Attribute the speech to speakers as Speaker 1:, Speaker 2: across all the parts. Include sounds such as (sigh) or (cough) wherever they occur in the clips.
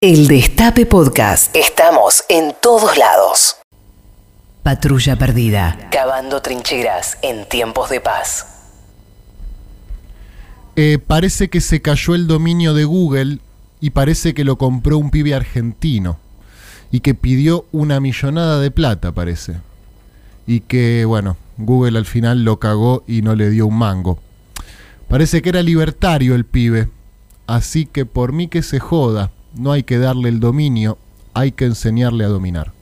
Speaker 1: El Destape Podcast. Estamos en todos lados. Patrulla perdida. Cavando trincheras en tiempos de paz.
Speaker 2: Eh, parece que se cayó el dominio de Google y parece que lo compró un pibe argentino y que pidió una millonada de plata, parece. Y que, bueno, Google al final lo cagó y no le dio un mango. Parece que era libertario el pibe, así que por mí que se joda, no hay que darle el dominio, hay que enseñarle a dominar.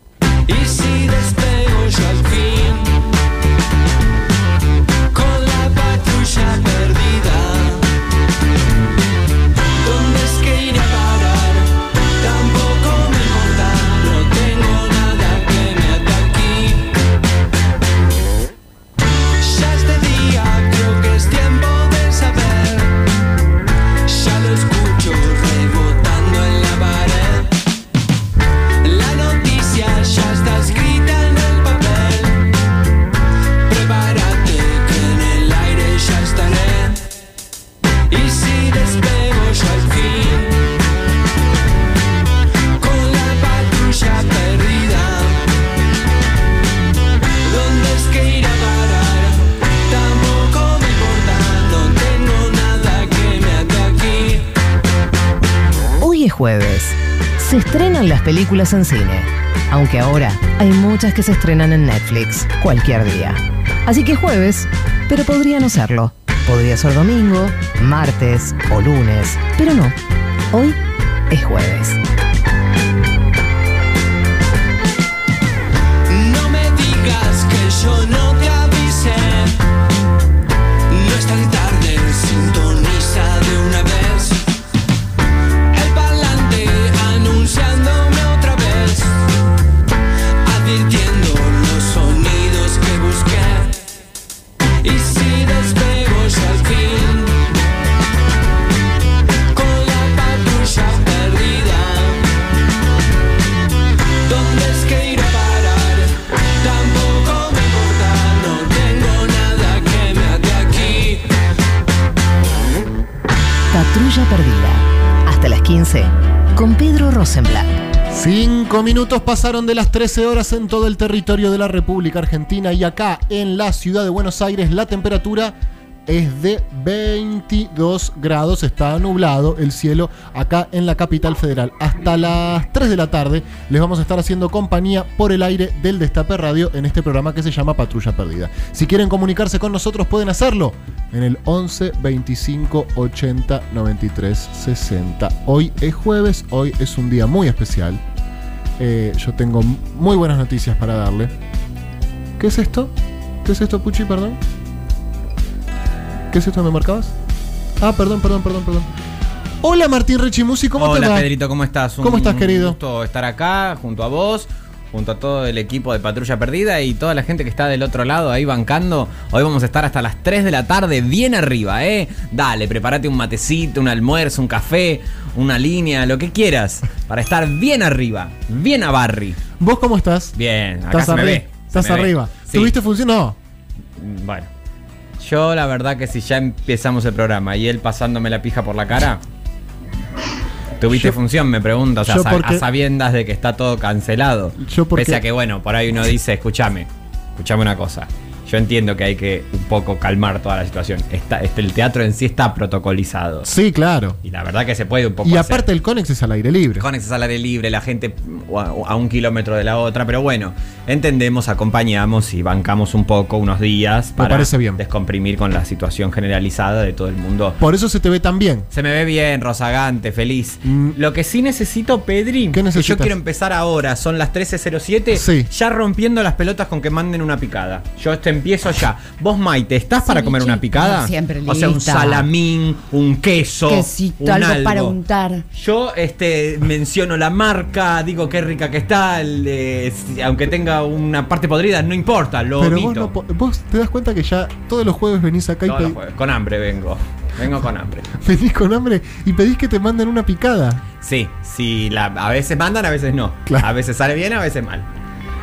Speaker 3: Y si despego yo al fin con la patrulla perdida, ¿dónde es que iré a parar? Tampoco me importa, no tengo nada que me ate aquí. Ya este día creo que es tiempo de saber, ya lo escucho rebotando en la pared. La noticia ya está escrita en el papel. Prepárate que en el aire ya estaré. Y si despego yo al fin, con la patrulla perdida, ¿dónde es que irá a parar? Tampoco me importa, no tengo nada que me ate aquí.
Speaker 1: Hoy es jueves. Se estrenan las películas en cine. Aunque ahora hay muchas que se estrenan en Netflix cualquier día. Así que es jueves, pero podría no serlo. Podría ser domingo, martes o lunes, pero no. Hoy es jueves.
Speaker 3: No me digas que yo no te avisé. No es tan tarde, sintoniza de una vez. El parlante anunciándome otra vez, advirtiendo los sonidos que busqué. Y si despego yo al fin, con la patrulla perdida. ¿Dónde es que iré a parar? Tampoco me importa, no tengo nada que me ate aquí.
Speaker 1: Patrulla perdida. Hasta las 15 con Pedro Rosenblatt.
Speaker 2: Cinco minutos pasaron de las 13 horas en todo el territorio de la República Argentina y acá en la ciudad de Buenos Aires la temperatura es de 22 grados, está nublado el cielo acá en la capital federal. Hasta las 3 de la tarde les vamos a estar haciendo compañía por el aire del Destape Radio en este programa que se llama Patrulla Perdida. Si quieren comunicarse con nosotros pueden hacerlo en el 11 25 80 93 60. Hoy es jueves, hoy es un día muy especial. Eh, yo tengo muy buenas noticias para darle. ¿Qué es esto? ¿Qué es esto, Puchi? Perdón. ¿Qué es esto? ¿Me marcabas? Ah, perdón, perdón, perdón, perdón. Hola Martín Rechimusi, ¿cómo te
Speaker 4: Hola
Speaker 2: va?
Speaker 4: Pedrito, ¿cómo estás?
Speaker 2: ¿Cómo estás, querido?
Speaker 4: Un gusto estar acá junto a vos, junto a todo el equipo de Patrulla Perdida y toda la gente que está del otro lado ahí bancando. Hoy vamos a estar hasta las 3 de la tarde, bien arriba, ¿eh? Dale, prepárate un matecito, un almuerzo, un café, una línea, lo que quieras, para estar bien arriba, bien a Barry.
Speaker 2: ¿Vos cómo estás?
Speaker 4: Bien, acá
Speaker 2: ¿Estás
Speaker 4: se me
Speaker 2: arriba?
Speaker 4: ve, se
Speaker 2: ¿Estás
Speaker 4: me ve.
Speaker 2: arriba?
Speaker 4: Sí.
Speaker 2: ¿Tuviste función? No.
Speaker 4: Bueno, yo la verdad que si ya empezamos el programa y él pasándome la pija por la cara. Tuviste
Speaker 2: Yo-
Speaker 4: función, me pregunto, o sea,
Speaker 2: yo
Speaker 4: sa-
Speaker 2: porque-
Speaker 4: a sabiendas de que está todo cancelado.
Speaker 2: Yo porque-
Speaker 4: Pese a que, bueno, por ahí uno dice, escúchame, escúchame una cosa. Yo entiendo que hay que un poco calmar toda la situación. Está, este, el teatro en sí está protocolizado.
Speaker 2: Sí, claro.
Speaker 4: Y la verdad que se puede un poco.
Speaker 2: Y
Speaker 4: hacer.
Speaker 2: aparte el Conex es al aire libre.
Speaker 4: Con ese salario libre, la gente a, a un kilómetro de la otra, pero bueno, entendemos, acompañamos y bancamos un poco unos días para
Speaker 2: parece bien.
Speaker 4: descomprimir con la situación generalizada de todo el mundo.
Speaker 2: Por eso se te ve tan bien.
Speaker 4: Se me ve bien, rozagante, feliz.
Speaker 2: Mm.
Speaker 4: Lo que sí necesito, Pedri,
Speaker 2: ¿Qué
Speaker 4: que
Speaker 2: necesitas?
Speaker 4: yo quiero empezar ahora, son las 13.07,
Speaker 2: Sí.
Speaker 4: ya rompiendo las pelotas con que manden una picada. Yo te empiezo ya. Vos, Maite, ¿estás para comer una picada?
Speaker 5: siempre
Speaker 4: O sea, un
Speaker 5: lista.
Speaker 4: salamín, un queso,
Speaker 5: quesito,
Speaker 4: un
Speaker 5: algo, para untar.
Speaker 4: yo este, menciono la marca, digo qué rica que está, el, eh, si- aunque tenga una parte podrida, no importa, lo
Speaker 2: Pero
Speaker 4: omito.
Speaker 2: vos, no po- vos te das cuenta que ya todos los jueves venís acá y
Speaker 4: Todos los
Speaker 2: pedís-
Speaker 4: jueves, Con hambre vengo, vengo con hambre.
Speaker 2: venís con hambre y pedís que te manden una picada.
Speaker 4: Sí, sí, la- a veces mandan, a veces no.
Speaker 2: Claro.
Speaker 4: A veces sale bien, a veces mal.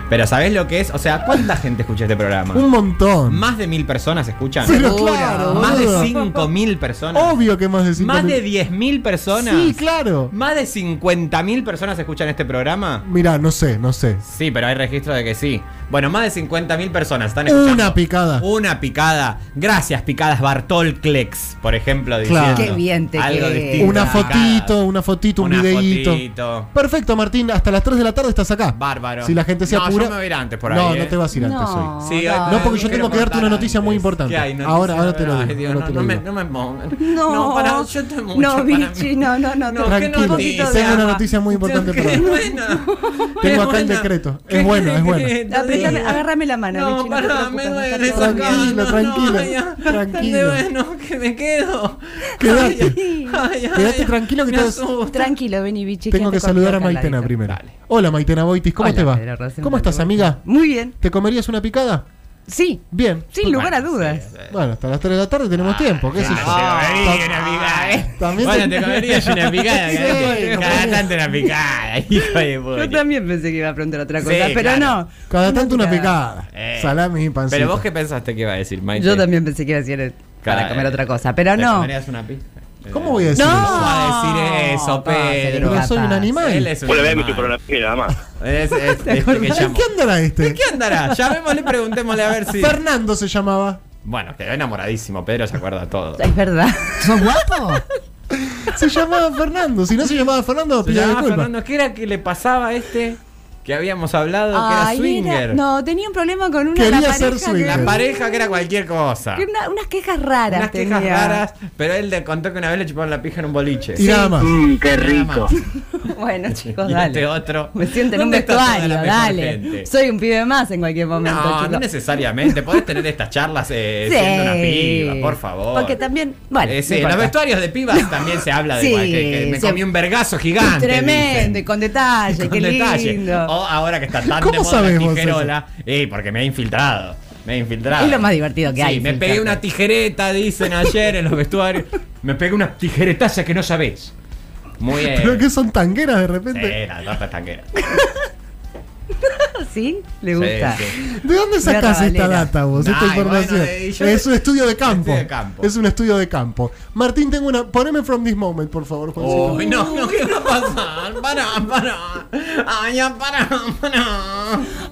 Speaker 4: Pero ¿sabés lo que es? O sea, ¿cuánta gente escucha este programa?
Speaker 2: Un montón.
Speaker 4: Más de mil personas escuchan.
Speaker 2: Pero
Speaker 1: Seguro.
Speaker 2: claro,
Speaker 4: Más de
Speaker 2: boludo.
Speaker 4: cinco mil personas.
Speaker 2: Obvio que más de 5
Speaker 4: Más de diez mil personas.
Speaker 2: Sí, claro.
Speaker 4: Más de 50 mil personas escuchan este programa.
Speaker 2: Mirá, no sé, no sé.
Speaker 4: Sí, pero hay registro de que sí. Bueno, más de 50 mil personas están escuchando.
Speaker 2: Una picada.
Speaker 4: Una picada. Gracias, picadas Bartol Clex, por ejemplo,
Speaker 2: Claro.
Speaker 4: diciendo.
Speaker 2: Qué
Speaker 1: bien te
Speaker 4: Algo
Speaker 1: queda.
Speaker 4: distinto.
Speaker 2: Una
Speaker 4: a picadas.
Speaker 2: fotito, una fotito, un
Speaker 4: Una
Speaker 2: videíto.
Speaker 4: fotito.
Speaker 2: Perfecto, Martín. Hasta las 3 de la tarde estás acá.
Speaker 4: Bárbaro.
Speaker 2: Si la gente se
Speaker 4: No,
Speaker 2: apura.
Speaker 4: yo me voy a ir antes por
Speaker 2: No,
Speaker 4: ahí,
Speaker 2: no
Speaker 4: eh.
Speaker 2: te vas a ir antes
Speaker 5: No.
Speaker 2: hoy.
Speaker 4: Sí,
Speaker 5: No,
Speaker 4: ay,
Speaker 5: no, porque yo
Speaker 4: quiero
Speaker 2: tengo que darte
Speaker 4: contar
Speaker 2: una noticia
Speaker 4: antes.
Speaker 2: muy importante.
Speaker 4: ¿Qué hay? Noticia-
Speaker 2: Ahora- ahora te lo
Speaker 4: Ay,
Speaker 2: digo,
Speaker 4: Dios,
Speaker 2: ahora
Speaker 4: no,
Speaker 2: te lo
Speaker 4: no me,
Speaker 2: digo.
Speaker 4: no me pongan.
Speaker 5: No.
Speaker 4: pará, yo estoy mucho
Speaker 5: No,
Speaker 4: para
Speaker 5: Vichy,
Speaker 4: mí.
Speaker 5: no, no, no,
Speaker 4: no.
Speaker 5: te-
Speaker 4: qué
Speaker 2: Tranquilo,
Speaker 4: noticia.
Speaker 2: tengo una noticia muy importante
Speaker 4: Qué
Speaker 2: para vos.
Speaker 4: buena. (laughs) Qué
Speaker 2: Tengo acá el
Speaker 4: buena.
Speaker 2: decreto.
Speaker 4: Qué
Speaker 2: Es bueno, es bueno.
Speaker 4: decreto,
Speaker 5: Apretame,
Speaker 4: Dios.
Speaker 5: agárrame la mano,
Speaker 4: No,
Speaker 5: Vichy, no te
Speaker 4: pará,
Speaker 5: preocupes,
Speaker 4: me
Speaker 5: no está
Speaker 4: duele
Speaker 5: todo
Speaker 4: esa
Speaker 5: bien.
Speaker 2: Tranquilo,
Speaker 4: cama,
Speaker 2: tranquilo,
Speaker 4: no, ay, ah,
Speaker 2: tranquilo.
Speaker 4: de bueno, que me quedo.
Speaker 2: Quédate.
Speaker 4: (laughs) Ay, ay,
Speaker 2: Quédate
Speaker 4: ay,
Speaker 2: tranquilo que
Speaker 4: me
Speaker 2: te-
Speaker 4: asusta.
Speaker 5: Tranquilo, vení, bichi.
Speaker 2: Tengo que saludar a Maitena primero. Hola Maitena Boitis, ¿cómo
Speaker 1: Hola,
Speaker 2: te va?
Speaker 1: Pedro Rosenthal,
Speaker 2: ¿Cómo estás,
Speaker 1: ¿cómo
Speaker 2: amiga?
Speaker 5: Muy bien.
Speaker 2: ¿Te comerías una picada?
Speaker 5: Sí,
Speaker 2: Bien.
Speaker 5: sin lugar a
Speaker 4: Bueno,
Speaker 5: dudas.
Speaker 4: sí, sí.
Speaker 2: Bueno, hasta las 3 de la tarde tenemos tiempo, qué sé yo.
Speaker 4: Ah, te comería una picada, eh.
Speaker 2: También
Speaker 4: bueno,
Speaker 2: te-
Speaker 4: te comerías una
Speaker 2: (laughs)
Speaker 4: picada.
Speaker 2: Sí,
Speaker 4: cada-
Speaker 2: comería.
Speaker 4: cada tanto una picada, (laughs) hijo de
Speaker 5: Yo
Speaker 4: puta.
Speaker 5: también pensé que iba a preguntar otra
Speaker 4: Sí,
Speaker 5: cosa, pero
Speaker 4: claro.
Speaker 5: no.
Speaker 2: Cada tanto una picada.
Speaker 4: Eh.
Speaker 2: Salami y pancita.
Speaker 4: Pero vos qué pensaste que iba a decir, Maite?
Speaker 5: Yo también pensé que iba a decir para
Speaker 4: Cada-
Speaker 5: comer otra cosa, pero
Speaker 4: ¿Te
Speaker 5: no.
Speaker 4: comerías una pizza?
Speaker 2: ¿Cómo voy a decir
Speaker 5: No.
Speaker 2: eso?
Speaker 4: a decir eso,
Speaker 5: No,
Speaker 4: Pedro?
Speaker 2: Pero soy un
Speaker 5: capaz.
Speaker 4: Él
Speaker 2: animal.
Speaker 4: es un
Speaker 6: Vuelve a mi
Speaker 4: animal.
Speaker 6: fotografía nada más.
Speaker 4: Es,
Speaker 5: (laughs)
Speaker 4: es-
Speaker 5: ¿Te
Speaker 4: este que
Speaker 5: acordás?
Speaker 2: ¿En
Speaker 4: llamo.
Speaker 2: qué andará este?
Speaker 4: ¿Qué andará? Llamémosle, preguntémosle a ver si.
Speaker 2: Fernando se llamaba.
Speaker 4: Bueno, quedó enamoradísimo, Pedro se acuerda todo. (laughs)
Speaker 5: Es verdad.
Speaker 1: ¿Sos guapo?
Speaker 2: (laughs) Se llamaba Fernando. Si no se llamaba Fernando,
Speaker 4: Se
Speaker 2: pide
Speaker 4: llamaba
Speaker 2: disculpas.
Speaker 4: Fernando, ¿qué era que le pasaba a este que habíamos hablado
Speaker 5: Ay,
Speaker 4: que
Speaker 5: mira,
Speaker 4: era swinger?
Speaker 5: no, tenía un problema con una
Speaker 2: Quería
Speaker 5: la
Speaker 2: ser
Speaker 5: pareja
Speaker 2: swinger.
Speaker 4: La
Speaker 2: Sí.
Speaker 4: pareja que era cualquier cosa.
Speaker 5: que una- unas quejas raras.
Speaker 4: Unas quejas
Speaker 5: tenía.
Speaker 4: raras, pero él le contó que una vez le chuparon la pija en un boliche.
Speaker 2: Y nada más.
Speaker 6: Mmm, qué
Speaker 4: rico.
Speaker 6: rico.
Speaker 5: (laughs)
Speaker 4: (laughs)
Speaker 5: Bueno, chicos,
Speaker 4: Y este
Speaker 5: dale.
Speaker 4: otro.
Speaker 5: Me siento en un
Speaker 4: ¿Dónde está toda la
Speaker 5: vestuario,
Speaker 4: mejor
Speaker 5: dale.
Speaker 4: gente?
Speaker 5: Soy un pibe más en cualquier momento.
Speaker 4: No, no
Speaker 5: chicos.
Speaker 4: necesariamente. Podés tener estas charlas
Speaker 5: (laughs)
Speaker 4: eh, siendo una piba, por favor.
Speaker 5: Porque también, bueno,
Speaker 4: Eh, sí,
Speaker 5: no
Speaker 4: en los
Speaker 5: importa.
Speaker 4: vestuarios de pibas también se habla de
Speaker 5: (laughs) Sí,
Speaker 4: igual, que, que me
Speaker 5: sí.
Speaker 4: comí un vergazo gigante.
Speaker 5: Tremendo, y
Speaker 4: dicen.
Speaker 5: con detalle,
Speaker 4: Con
Speaker 5: qué
Speaker 4: detalle.
Speaker 5: lindo. Oh,
Speaker 4: O ahora que está tan de
Speaker 2: ¿Cómo
Speaker 4: moda
Speaker 2: sabés
Speaker 4: la
Speaker 2: vos
Speaker 4: tijerola, eh, porque me he infiltrado. Me he infiltrado.
Speaker 5: Es lo más divertido que
Speaker 4: Sí,
Speaker 5: hay,
Speaker 4: Me pegué
Speaker 5: infiltrarte.
Speaker 4: una tijereta, dicen ayer en los vestuarios. Me pegué una tijeretazas que no sabés. Muy eh,
Speaker 2: Pero que son tangueras de repente.
Speaker 4: sí, la torta tanguera.
Speaker 5: ¿Sí? Le
Speaker 4: Sí,
Speaker 5: gusta.
Speaker 4: sí.
Speaker 2: ¿De dónde sacás
Speaker 5: Una
Speaker 2: esta
Speaker 5: rabalera.
Speaker 2: data vos, esta
Speaker 4: Ay,
Speaker 2: información?
Speaker 4: bueno, eh, yo-
Speaker 2: es un estudio de campo.
Speaker 4: Estudio de campo.
Speaker 2: Es un estudio de campo. Martín, tengo una. Poneme from this moment, por favor, Juancito.
Speaker 4: Uy, no, no, ¿qué va a pasar? Pará, pará. Ay, ya, pará, pará.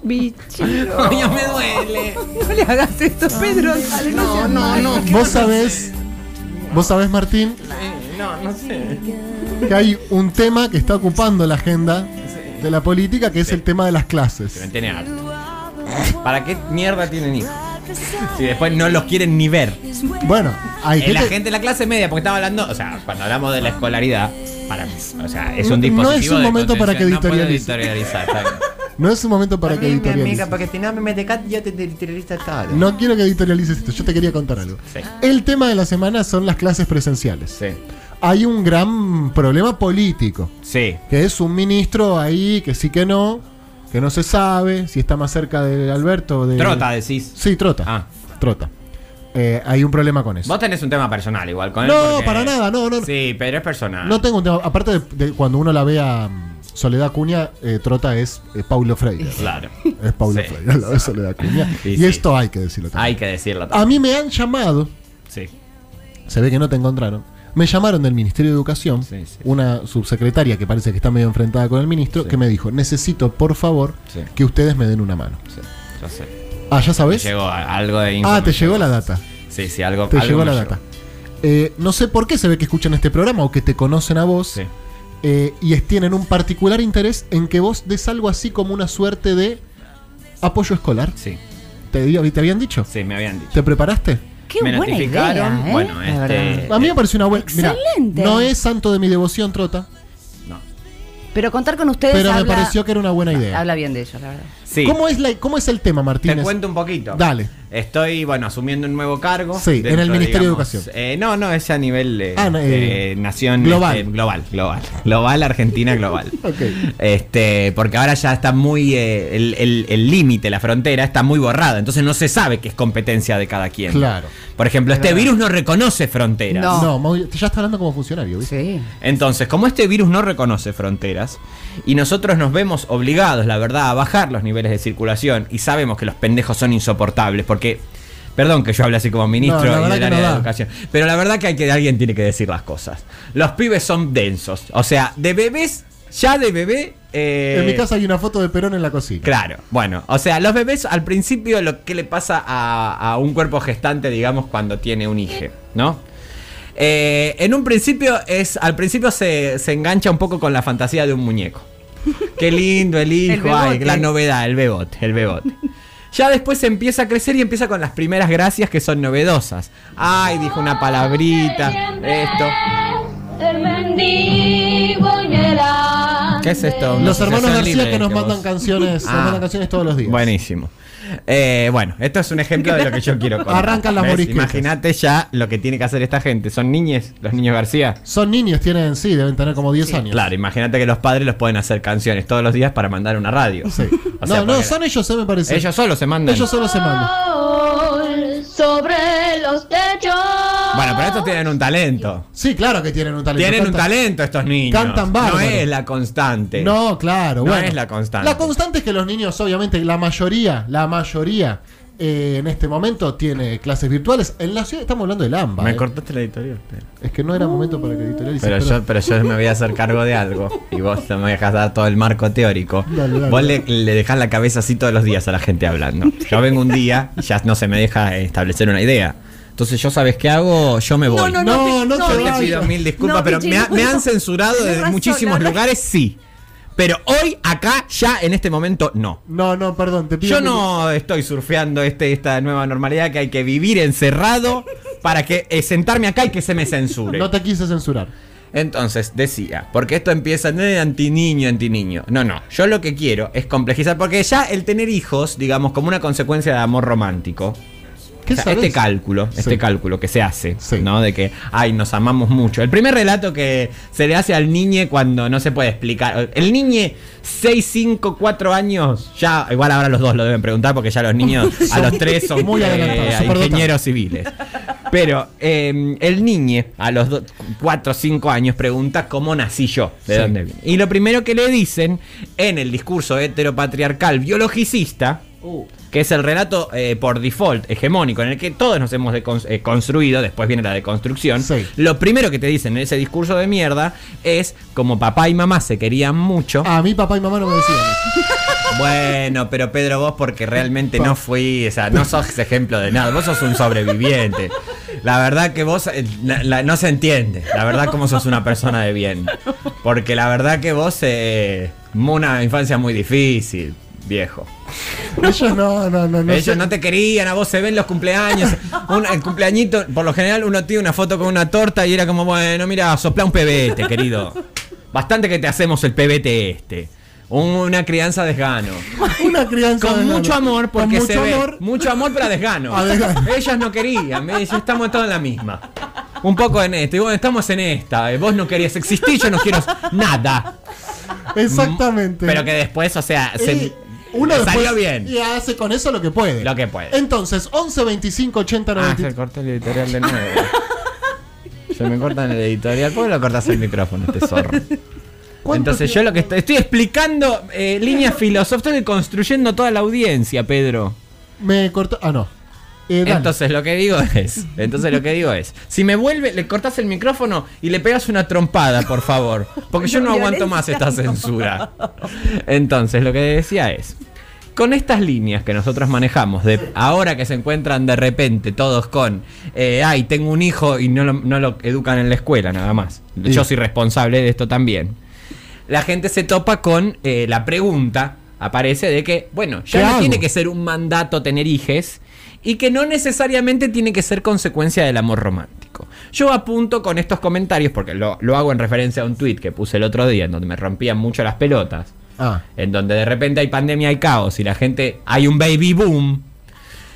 Speaker 5: Bichito.
Speaker 4: Ay, ya me duele.
Speaker 5: No le hagas esto, Pedro. Dale, no,
Speaker 4: No,
Speaker 5: seas
Speaker 4: no,
Speaker 5: malo.
Speaker 4: no. ¿qué
Speaker 2: Vos
Speaker 4: va a
Speaker 2: sabés. Vos sabés, Martín,
Speaker 4: pasar? No, no sé.
Speaker 2: que hay un tema que está ocupando la agenda de la política, que es el tema de las
Speaker 4: Se
Speaker 2: clases.
Speaker 4: me tiene harto. ¿Para qué mierda tienen hijos? Si después no los quieren ni ver.
Speaker 2: Bueno, hay
Speaker 4: Eh, la
Speaker 2: gente-
Speaker 4: gente de la clase media, porque estaba hablando, o sea, cuando hablamos de la escolaridad, para mí, o sea, es un
Speaker 2: No-
Speaker 4: dispositivo.
Speaker 2: no es un
Speaker 4: de
Speaker 2: momento para que
Speaker 4: contención, no puedo
Speaker 2: editorialice.
Speaker 4: editorializar, está bien.
Speaker 2: No es un momento para que editorialices.
Speaker 4: (laughs) porque si no me metes yo te editorializo todo.
Speaker 2: No quiero que editorialices esto, yo te quería contar algo.
Speaker 4: Sí.
Speaker 2: El tema de la semana son las clases presenciales.
Speaker 4: Sí.
Speaker 2: Hay un gran problema político,
Speaker 4: Sí.
Speaker 2: que es un ministro ahí que sí que no, que no se sabe si está más cerca de Alberto o de...
Speaker 4: Trota, decís.
Speaker 2: Sí, trota.
Speaker 4: Ah.
Speaker 2: Trota. Eh, hay un problema con eso.
Speaker 4: Vos tenés un tema personal igual con él.
Speaker 2: No,
Speaker 4: porque-
Speaker 2: para nada, no, no.
Speaker 4: Sí, pero es personal.
Speaker 2: No tengo un tema, aparte de, de cuando uno la ve a mm, Soledad Cuña, Trota es eh, Paulo Freire.
Speaker 4: Claro.
Speaker 2: Es Paulo
Speaker 4: Sí.
Speaker 2: Freire, (laughs) la ve Soledad Cuña.
Speaker 4: Sí,
Speaker 2: y
Speaker 4: sí.
Speaker 2: esto hay que decirlo
Speaker 4: Hay
Speaker 2: también.
Speaker 4: que decirlo también.
Speaker 2: A mí me han llamado
Speaker 4: Sí.
Speaker 2: Se ve que no te encontraron. Me llamaron del Ministerio de Educación,
Speaker 4: Sí, sí.
Speaker 2: una subsecretaria que parece que está medio enfrentada con el ministro,
Speaker 4: Sí.
Speaker 2: que me dijo, necesito por favor
Speaker 4: Sí.
Speaker 2: que ustedes me den una mano.
Speaker 4: Sí. Yo sé.
Speaker 2: Ah, ya sabes.
Speaker 4: Llegó a- algo de info
Speaker 2: Ah,
Speaker 4: me
Speaker 2: te llegó la data.
Speaker 4: Sí, sí, algo.
Speaker 2: Te
Speaker 4: algo
Speaker 2: llegó
Speaker 4: me
Speaker 2: la data. Eh, no sé por qué se ve que escuchan este programa o que te conocen a vos
Speaker 4: Sí.
Speaker 2: eh, y es- tienen un particular interés en que vos des algo así como una suerte de apoyo escolar.
Speaker 4: Sí,
Speaker 2: ¿Te, di- te habían dicho?
Speaker 4: sí, me habían dicho.
Speaker 2: ¿Te preparaste?
Speaker 5: Qué
Speaker 4: me
Speaker 5: buena
Speaker 4: notificaron.
Speaker 5: idea, ¿eh?
Speaker 4: Bueno,
Speaker 5: La verdad.
Speaker 4: este.
Speaker 2: A mí me pareció una buena... mirá,
Speaker 5: Excelente.
Speaker 2: no es santo de mi devoción, Trota,
Speaker 4: No.
Speaker 5: Pero contar con ustedes
Speaker 2: pero me
Speaker 5: habla,
Speaker 2: pareció que era una buena idea.
Speaker 5: habla bien de ellos, la verdad.
Speaker 4: Sí.
Speaker 2: ¿Cómo, es la- ¿Cómo es el tema,
Speaker 4: Te
Speaker 2: Martínez?
Speaker 4: cuento un poquito.
Speaker 2: Dale.
Speaker 4: Estoy, bueno, asumiendo un nuevo cargo.
Speaker 2: Sí, en el Ministerio de Educación.
Speaker 4: eh, no, no, es a nivel eh,
Speaker 2: Ah, no, eh,
Speaker 4: eh, nación
Speaker 2: global.
Speaker 4: este, global, global, global, Argentina global.
Speaker 2: (laughs) Ok.
Speaker 4: Este, porque ahora ya está muy eh, el- el el límite, la frontera está muy borrada, entonces no se sabe qué es competencia de cada quien.
Speaker 2: Claro.
Speaker 4: Por ejemplo, este virus no reconoce fronteras.
Speaker 5: No.
Speaker 2: No, Mauri- ya está hablando como funcionario, ¿viste?
Speaker 5: Sí.
Speaker 4: Entonces, como este virus no reconoce fronteras y nosotros nos vemos obligados, la verdad, a bajar los niveles de circulación y sabemos que los pendejos son insoportables porque... Perdón que yo hable así como ministro
Speaker 2: No, la verdad
Speaker 4: y del
Speaker 2: que
Speaker 4: área
Speaker 2: no
Speaker 4: de
Speaker 2: da.
Speaker 4: educación. Pero la verdad que, hay que alguien tiene que decir las cosas. Los pibes son densos. O sea, de bebés, ya de bebé... eh,
Speaker 2: En mi casa hay una foto de Perón en la cocina.
Speaker 4: Claro, bueno, o sea, los bebés al principio lo que le pasa a, a un cuerpo gestante, digamos, cuando tiene un hijo, ¿no? Eh, en un principio es, al principio se, se engancha un poco con la fantasía de un muñeco. Qué lindo el hijo,
Speaker 5: El
Speaker 4: ay,
Speaker 5: bebote.
Speaker 4: la novedad, el bebote, el bebote. Ya después se empieza a crecer y empieza con las primeras gracias que son novedosas. Ay, dijo una palabrita, esto.
Speaker 6: El mendigo y el
Speaker 4: ¿Qué es esto? Una
Speaker 2: Los hermanos
Speaker 4: asociación
Speaker 2: García
Speaker 4: libre
Speaker 2: que nos
Speaker 4: vos-
Speaker 2: mandan canciones, nos
Speaker 4: Ah.
Speaker 2: mandan canciones todos los días.
Speaker 4: Buenísimo. Eh, bueno, esto es un ejemplo de lo que
Speaker 2: (laughs)
Speaker 4: yo quiero contar.
Speaker 2: Arrancan las
Speaker 4: ¿Ves?
Speaker 2: morisquetas.
Speaker 4: Imagínate ya lo que tiene que hacer esta gente. ¿Son niñes? ¿Los niños García?
Speaker 2: Son niños, tienen, sí, deben tener como 10 años.
Speaker 4: Claro, imagínate que los padres los pueden hacer canciones todos los días para mandar a una radio.
Speaker 2: Sí.
Speaker 4: (laughs) O sea,
Speaker 2: no, no,
Speaker 4: porque
Speaker 2: son ellos, eh, me parece.
Speaker 4: Ellos solo se mandan.
Speaker 2: Ellos solo se mandan.
Speaker 6: sol sobre los techos.
Speaker 4: Bueno, pero estos tienen un talento.
Speaker 2: Sí, claro que tienen un talento.
Speaker 4: Tienen un
Speaker 2: Cantan-
Speaker 4: talento estos niños.
Speaker 2: Cantan bárbaro.
Speaker 4: No es la constante.
Speaker 2: No, claro,
Speaker 4: No
Speaker 2: bueno.
Speaker 4: es la constante.
Speaker 2: La constante es que los niños, obviamente, la mayoría, la mayoría eh, en este momento tiene clases virtuales. En la ciudad estamos hablando del AMBA.
Speaker 4: Me
Speaker 2: eh.
Speaker 4: cortaste la editorial. pero-
Speaker 2: Es que no era momento para que editorial
Speaker 4: Pero
Speaker 2: hiciera-
Speaker 4: yo, pero yo me voy a hacer cargo de algo y vos no me dejás dar todo el marco teórico.
Speaker 2: Dale, dale.
Speaker 4: vos le, le dejás la cabeza así todos los días a la gente hablando. Yo vengo un día y ya no se me deja establecer una idea. Entonces yo sabes qué hago, yo me voy.
Speaker 2: no, No, no
Speaker 4: Yo
Speaker 2: te
Speaker 4: te
Speaker 2: vayas.
Speaker 4: pido mil disculpas,
Speaker 5: No,
Speaker 4: pero
Speaker 5: Pichi,
Speaker 4: me, ha-
Speaker 5: no,
Speaker 4: me
Speaker 5: no.
Speaker 4: han censurado
Speaker 5: Tenés
Speaker 4: de
Speaker 5: razón,
Speaker 4: muchísimos
Speaker 5: la verdad.
Speaker 4: lugares, sí. Pero hoy, acá, ya, en este momento, no.
Speaker 2: No, no, perdón, te pido.
Speaker 4: Yo
Speaker 2: que-
Speaker 4: no estoy surfeando este, esta nueva normalidad que hay que vivir encerrado para que eh, sentarme acá y que se me censure.
Speaker 2: No te quise censurar.
Speaker 4: Entonces decía, porque esto empieza eh, anti niño, anti niño. No, no, yo lo que quiero es complejizar, porque ya el tener hijos, digamos, como una consecuencia de amor romántico.
Speaker 2: ¿Qué
Speaker 4: o sea,
Speaker 2: sabes?
Speaker 4: este cálculo,
Speaker 2: Sí.
Speaker 4: este cálculo que se hace,
Speaker 2: Sí.
Speaker 4: ¿no? De que, ay, nos amamos mucho. El primer relato que se le hace al niñe cuando no se puede explicar. El niñe 6, 5, 4 años, ya, igual ahora los dos lo deben preguntar porque ya
Speaker 2: (laughs)
Speaker 4: los niños a los tres son eh,
Speaker 2: Muy adelantados, superdotados.
Speaker 4: ingenieros civiles. Pero eh, el niño a los 4 o 5 años pregunta cómo nací yo, de
Speaker 2: Sí.
Speaker 4: dónde vine. Y lo primero que le dicen en el discurso heteropatriarcal biologicista,
Speaker 2: Uh.
Speaker 4: que es el relato eh, por default hegemónico en el que todos nos hemos decon- eh, construido, después viene la deconstrucción,
Speaker 2: Sí.
Speaker 4: lo primero que te dicen en ese discurso de mierda es como papá y mamá se querían mucho.
Speaker 2: A mi papá y mamá no me decían eso.
Speaker 4: Bueno, pero Pedro, vos porque realmente no fui, o sea, no sos ejemplo de nada, vos sos un sobreviviente. La verdad que vos eh, la- la- no se entiende, la verdad como sos una persona de bien. Porque la verdad que vos eh, una infancia muy difícil, viejo.
Speaker 2: Ellos (laughs) no, no, no, no.
Speaker 4: Ellos
Speaker 2: sé. (laughs)
Speaker 4: no te querían, a vos se ven los cumpleaños. Un- el cumpleañito, por lo general, uno tiene una foto con una torta y era como, bueno, mira, sopla un pebete, querido. Bastante que te hacemos el pebete este. Una crianza desgano.
Speaker 2: Una crianza.
Speaker 4: Con
Speaker 2: de-
Speaker 4: mucho amor,
Speaker 2: Con
Speaker 4: porque
Speaker 2: mucho
Speaker 4: se ve.
Speaker 2: amor.
Speaker 4: Mucho amor, pero a desgano.
Speaker 2: A desgano.
Speaker 4: Ellas no querían, me dice, estamos todos en la misma. Un poco en esto, y bueno, estamos en esta. eh, Vos no querías existir, yo no quiero nada.
Speaker 2: Exactamente.
Speaker 4: Pero que después, o sea, se-
Speaker 2: Y uno
Speaker 4: le salió
Speaker 2: después-
Speaker 4: bien.
Speaker 2: Y hace con eso lo que puede.
Speaker 4: Lo que puede.
Speaker 2: Entonces, 11, 25, 80,
Speaker 4: Ah,
Speaker 2: 90.
Speaker 4: se cortó el editorial de nuevo. Se me corta el editorial. ¿Por qué lo cortas el micrófono, este zorro? Entonces, yo lo que estoy, estoy explicando eh, líneas filosóficas y construyendo toda la audiencia, Pedro.
Speaker 2: Me cortó. Ah, no. Eh, dale.
Speaker 4: Entonces lo que digo es, entonces lo que digo es, si me vuelve, le cortás el micrófono y le pegas una trompada, por favor, porque yo no
Speaker 5: No,
Speaker 4: aguanto
Speaker 5: violencia,
Speaker 4: más esta
Speaker 5: no.
Speaker 4: censura. Entonces lo que decía es, con estas líneas que nosotros manejamos, de ahora que se encuentran de repente todos con, eh, ay, tengo un hijo y no lo, no lo educan en la escuela nada más, yo soy responsable de esto también, la gente se topa con eh, la pregunta, aparece de que, bueno,
Speaker 2: ¿Qué
Speaker 4: ya no
Speaker 2: hago?
Speaker 4: tiene que ser un mandato tener hijes y que no necesariamente tiene que ser consecuencia del amor romántico. Yo apunto con estos comentarios, porque lo, lo hago en referencia a un tweet que puse el otro día, en donde me rompían mucho las pelotas,
Speaker 2: Ah.
Speaker 4: en donde de repente hay pandemia, hay caos y la gente, hay un baby boom.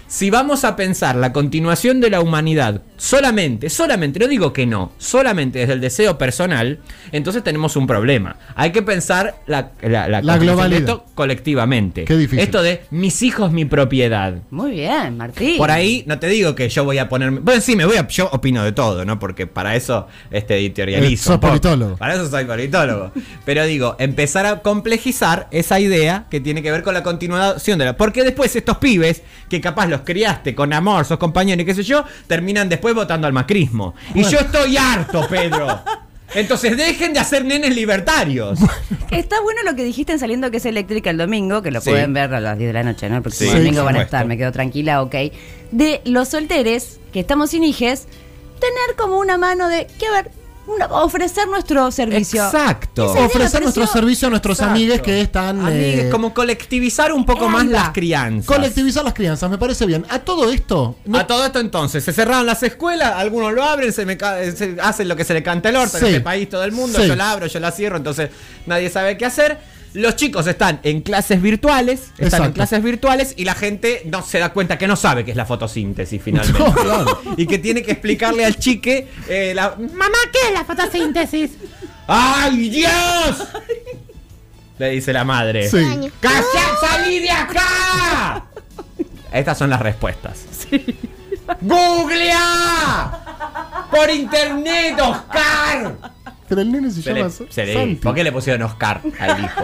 Speaker 4: Si vamos a pensar la continuación de la humanidad solamente, solamente, no digo que no, solamente desde el deseo personal, entonces tenemos un problema. Hay que pensar la, la, la continuación de
Speaker 2: globalidad.
Speaker 4: esto colectivamente.
Speaker 2: Qué difícil.
Speaker 4: Esto de mis hijos, mi propiedad.
Speaker 5: Muy bien, Martín.
Speaker 4: Por ahí no te digo que yo voy a ponerme. Bueno, sí, me voy a. Yo opino de todo, ¿no? Porque para eso este
Speaker 2: Eh,
Speaker 4: editorializo.
Speaker 2: sos
Speaker 4: un poco.
Speaker 2: politólogo.
Speaker 4: Para eso soy politólogo. Pero digo, empezar a complejizar esa idea que tiene que ver con la continuación de la. Porque después estos pibes, que capaz los criaste con amor, sos compañero y qué sé yo, terminan después votando al macrismo. Y yo estoy harto, Pedro. Entonces dejen de hacer nenes libertarios.
Speaker 5: Está bueno lo que dijiste en saliendo que es eléctrica el domingo, que lo
Speaker 4: Sí.
Speaker 5: pueden ver a las 10 de la noche, ¿no? El próximo
Speaker 2: Sí,
Speaker 5: domingo
Speaker 4: por
Speaker 5: van a
Speaker 4: supuesto.
Speaker 5: estar, me quedo tranquila, ok. De los solteres, que estamos sin hijes, tener como una mano de, que a ver, una- ofrecer nuestro servicio.
Speaker 4: Exacto.
Speaker 5: Esa idea
Speaker 2: Ofrecer
Speaker 5: me
Speaker 2: nuestro
Speaker 5: pareció-
Speaker 2: servicio a nuestros
Speaker 4: Exacto.
Speaker 2: amigues que están...
Speaker 4: Amigues,
Speaker 2: eh,
Speaker 4: como colectivizar un poco
Speaker 5: Ahí
Speaker 4: más
Speaker 5: va.
Speaker 4: las crianzas.
Speaker 2: Colectivizar las crianzas, me parece bien. A todo esto, no-
Speaker 4: A todo esto entonces, se cerraron las escuelas, algunos lo abren, se, me ca- eh, se hacen lo que se le canta el orto
Speaker 2: Sí.
Speaker 4: en este país, todo el mundo,
Speaker 2: Sí.
Speaker 4: yo la abro, yo la cierro, entonces nadie sabe qué hacer. Los chicos están en clases virtuales, están en
Speaker 2: Exacto.
Speaker 4: clases virtuales y la gente no se da cuenta que no sabe qué es la fotosíntesis finalmente.
Speaker 2: No, (laughs) claro.
Speaker 4: Y que tiene que explicarle al chique eh, la... ¡Mamá, qué es
Speaker 2: (laughs)
Speaker 4: la fotosíntesis! ¡Ay, Dios! Le dice la madre.
Speaker 2: Sí.
Speaker 4: ¡Calla, salí de acá! Estas son las respuestas. ¡Googlea! ¡Por internet, Oscar!
Speaker 2: Pero el nene se
Speaker 4: Se
Speaker 2: llama
Speaker 4: le-
Speaker 2: Sa-
Speaker 4: se le-
Speaker 2: Santi.
Speaker 4: ¿Por qué le pusieron Oscar al hijo?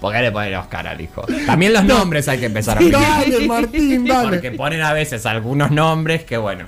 Speaker 4: ¿Por qué le ponen Oscar al hijo? También los nombres hay que empezar a mirar.
Speaker 2: Dale, Martín,
Speaker 4: Porque
Speaker 2: dale.
Speaker 4: ponen a veces algunos nombres que bueno.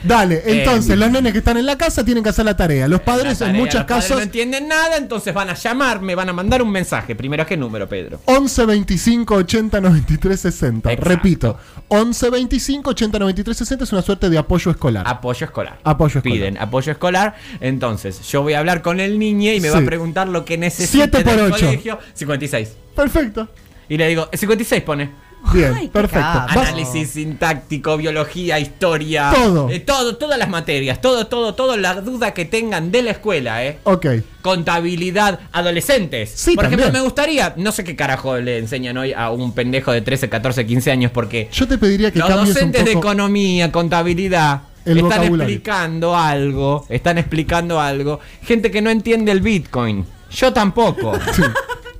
Speaker 2: Dale, entonces
Speaker 4: Eh,
Speaker 2: los nenes que están en la casa tienen que hacer la tarea. Los padres
Speaker 4: La
Speaker 2: en
Speaker 4: tarea,
Speaker 2: muchos
Speaker 4: los padres
Speaker 2: casos
Speaker 4: no entienden nada, entonces van a llamar, me van a mandar un mensaje. Primero, ¿qué número, Pedro?
Speaker 2: 11 25 80 93 60.
Speaker 4: Exacto.
Speaker 2: Repito, 11 25 80 93 60 es una suerte de apoyo escolar.
Speaker 4: Apoyo escolar.
Speaker 2: Apoyo escolar.
Speaker 4: Piden apoyo escolar. Entonces, yo voy a hablar con el niño y me va
Speaker 2: Sí.
Speaker 4: a preguntar lo que necesita
Speaker 2: Siete por
Speaker 4: del
Speaker 2: ocho.
Speaker 4: colegio. 56.
Speaker 2: Perfecto.
Speaker 4: Y le digo, 56 pone.
Speaker 2: Bien,
Speaker 5: Ay, qué
Speaker 2: perfecto.
Speaker 5: capo.
Speaker 2: Vas-
Speaker 4: Análisis sintáctico, biología, historia.
Speaker 2: Todo.
Speaker 4: Eh, todo, todas las materias. Todo, todo, todo. La duda que tengan de la escuela, ¿eh?
Speaker 2: Ok.
Speaker 4: Contabilidad, adolescentes.
Speaker 2: Sí,
Speaker 4: Por ejemplo,
Speaker 2: también.
Speaker 4: me gustaría. No sé qué carajo le enseñan hoy a un pendejo de 13, 14, 15 años porque.
Speaker 2: Yo te pediría que
Speaker 4: Los
Speaker 2: cambies un
Speaker 4: docentes de
Speaker 2: poco.
Speaker 4: economía, contabilidad,
Speaker 2: El
Speaker 4: están
Speaker 2: vocabulario.
Speaker 4: explicando algo, están explicando algo. Gente que no entiende el Bitcoin.
Speaker 2: (laughs)
Speaker 4: Yo tampoco.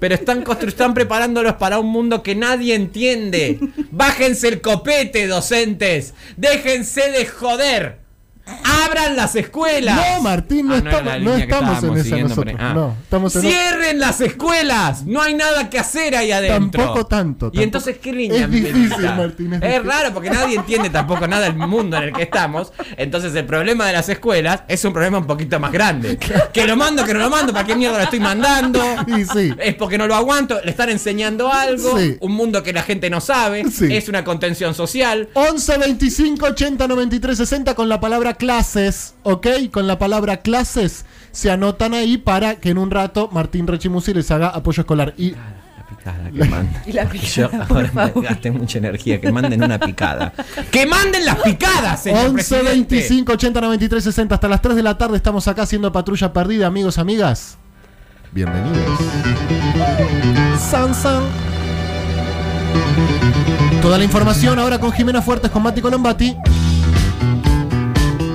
Speaker 4: Pero están, constru- están preparándolos para un mundo que nadie entiende. Bájense el copete, docentes. Déjense de joder. Abran las escuelas.
Speaker 2: No, Martín, no
Speaker 4: Ah, era
Speaker 2: estamos,
Speaker 4: la
Speaker 2: no
Speaker 4: línea que
Speaker 2: estamos en
Speaker 4: estábamos
Speaker 2: esa
Speaker 4: siguiendo por
Speaker 2: nosotros.
Speaker 4: ahí. Ah.
Speaker 2: No, estamos en
Speaker 4: Cierren las escuelas. No hay nada que hacer ahí adentro.
Speaker 2: Tampoco tanto, tampoco.
Speaker 4: Y entonces, ¿qué línea?
Speaker 2: Es difícil,
Speaker 4: militar?
Speaker 2: Martín, es
Speaker 4: Es,
Speaker 2: difícil.
Speaker 4: raro porque nadie entiende tampoco nada del mundo en el que estamos. Entonces, el problema de las escuelas es un problema un poquito más grande. Que lo mando, que no lo mando. ¿Para qué mierda lo estoy mandando?
Speaker 2: Y
Speaker 4: (laughs)
Speaker 2: sí.
Speaker 4: Es porque no lo aguanto. Le están enseñando algo.
Speaker 2: Sí.
Speaker 4: Un mundo que la gente no sabe.
Speaker 2: Sí.
Speaker 4: Es una contención social.
Speaker 2: 11 25 80 93 60 con la palabra clases, ¿ok? Con la palabra clases se anotan ahí para que en un rato Martín Rechimusi les haga apoyo escolar. Y
Speaker 4: La picada que manda.
Speaker 5: Y la
Speaker 4: Yo
Speaker 5: picada, por
Speaker 4: ahora me
Speaker 5: favor.
Speaker 4: gasté mucha energía. Que manden una picada. ¡Que manden las picadas, señor
Speaker 2: 11
Speaker 4: presidente!
Speaker 2: 25 80 93 60 hasta las 3 de la tarde estamos acá haciendo patrulla perdida, amigos, amigas. Bienvenidos. San san. Toda la información ahora con Jimena Fuertes, con Mati Colombati.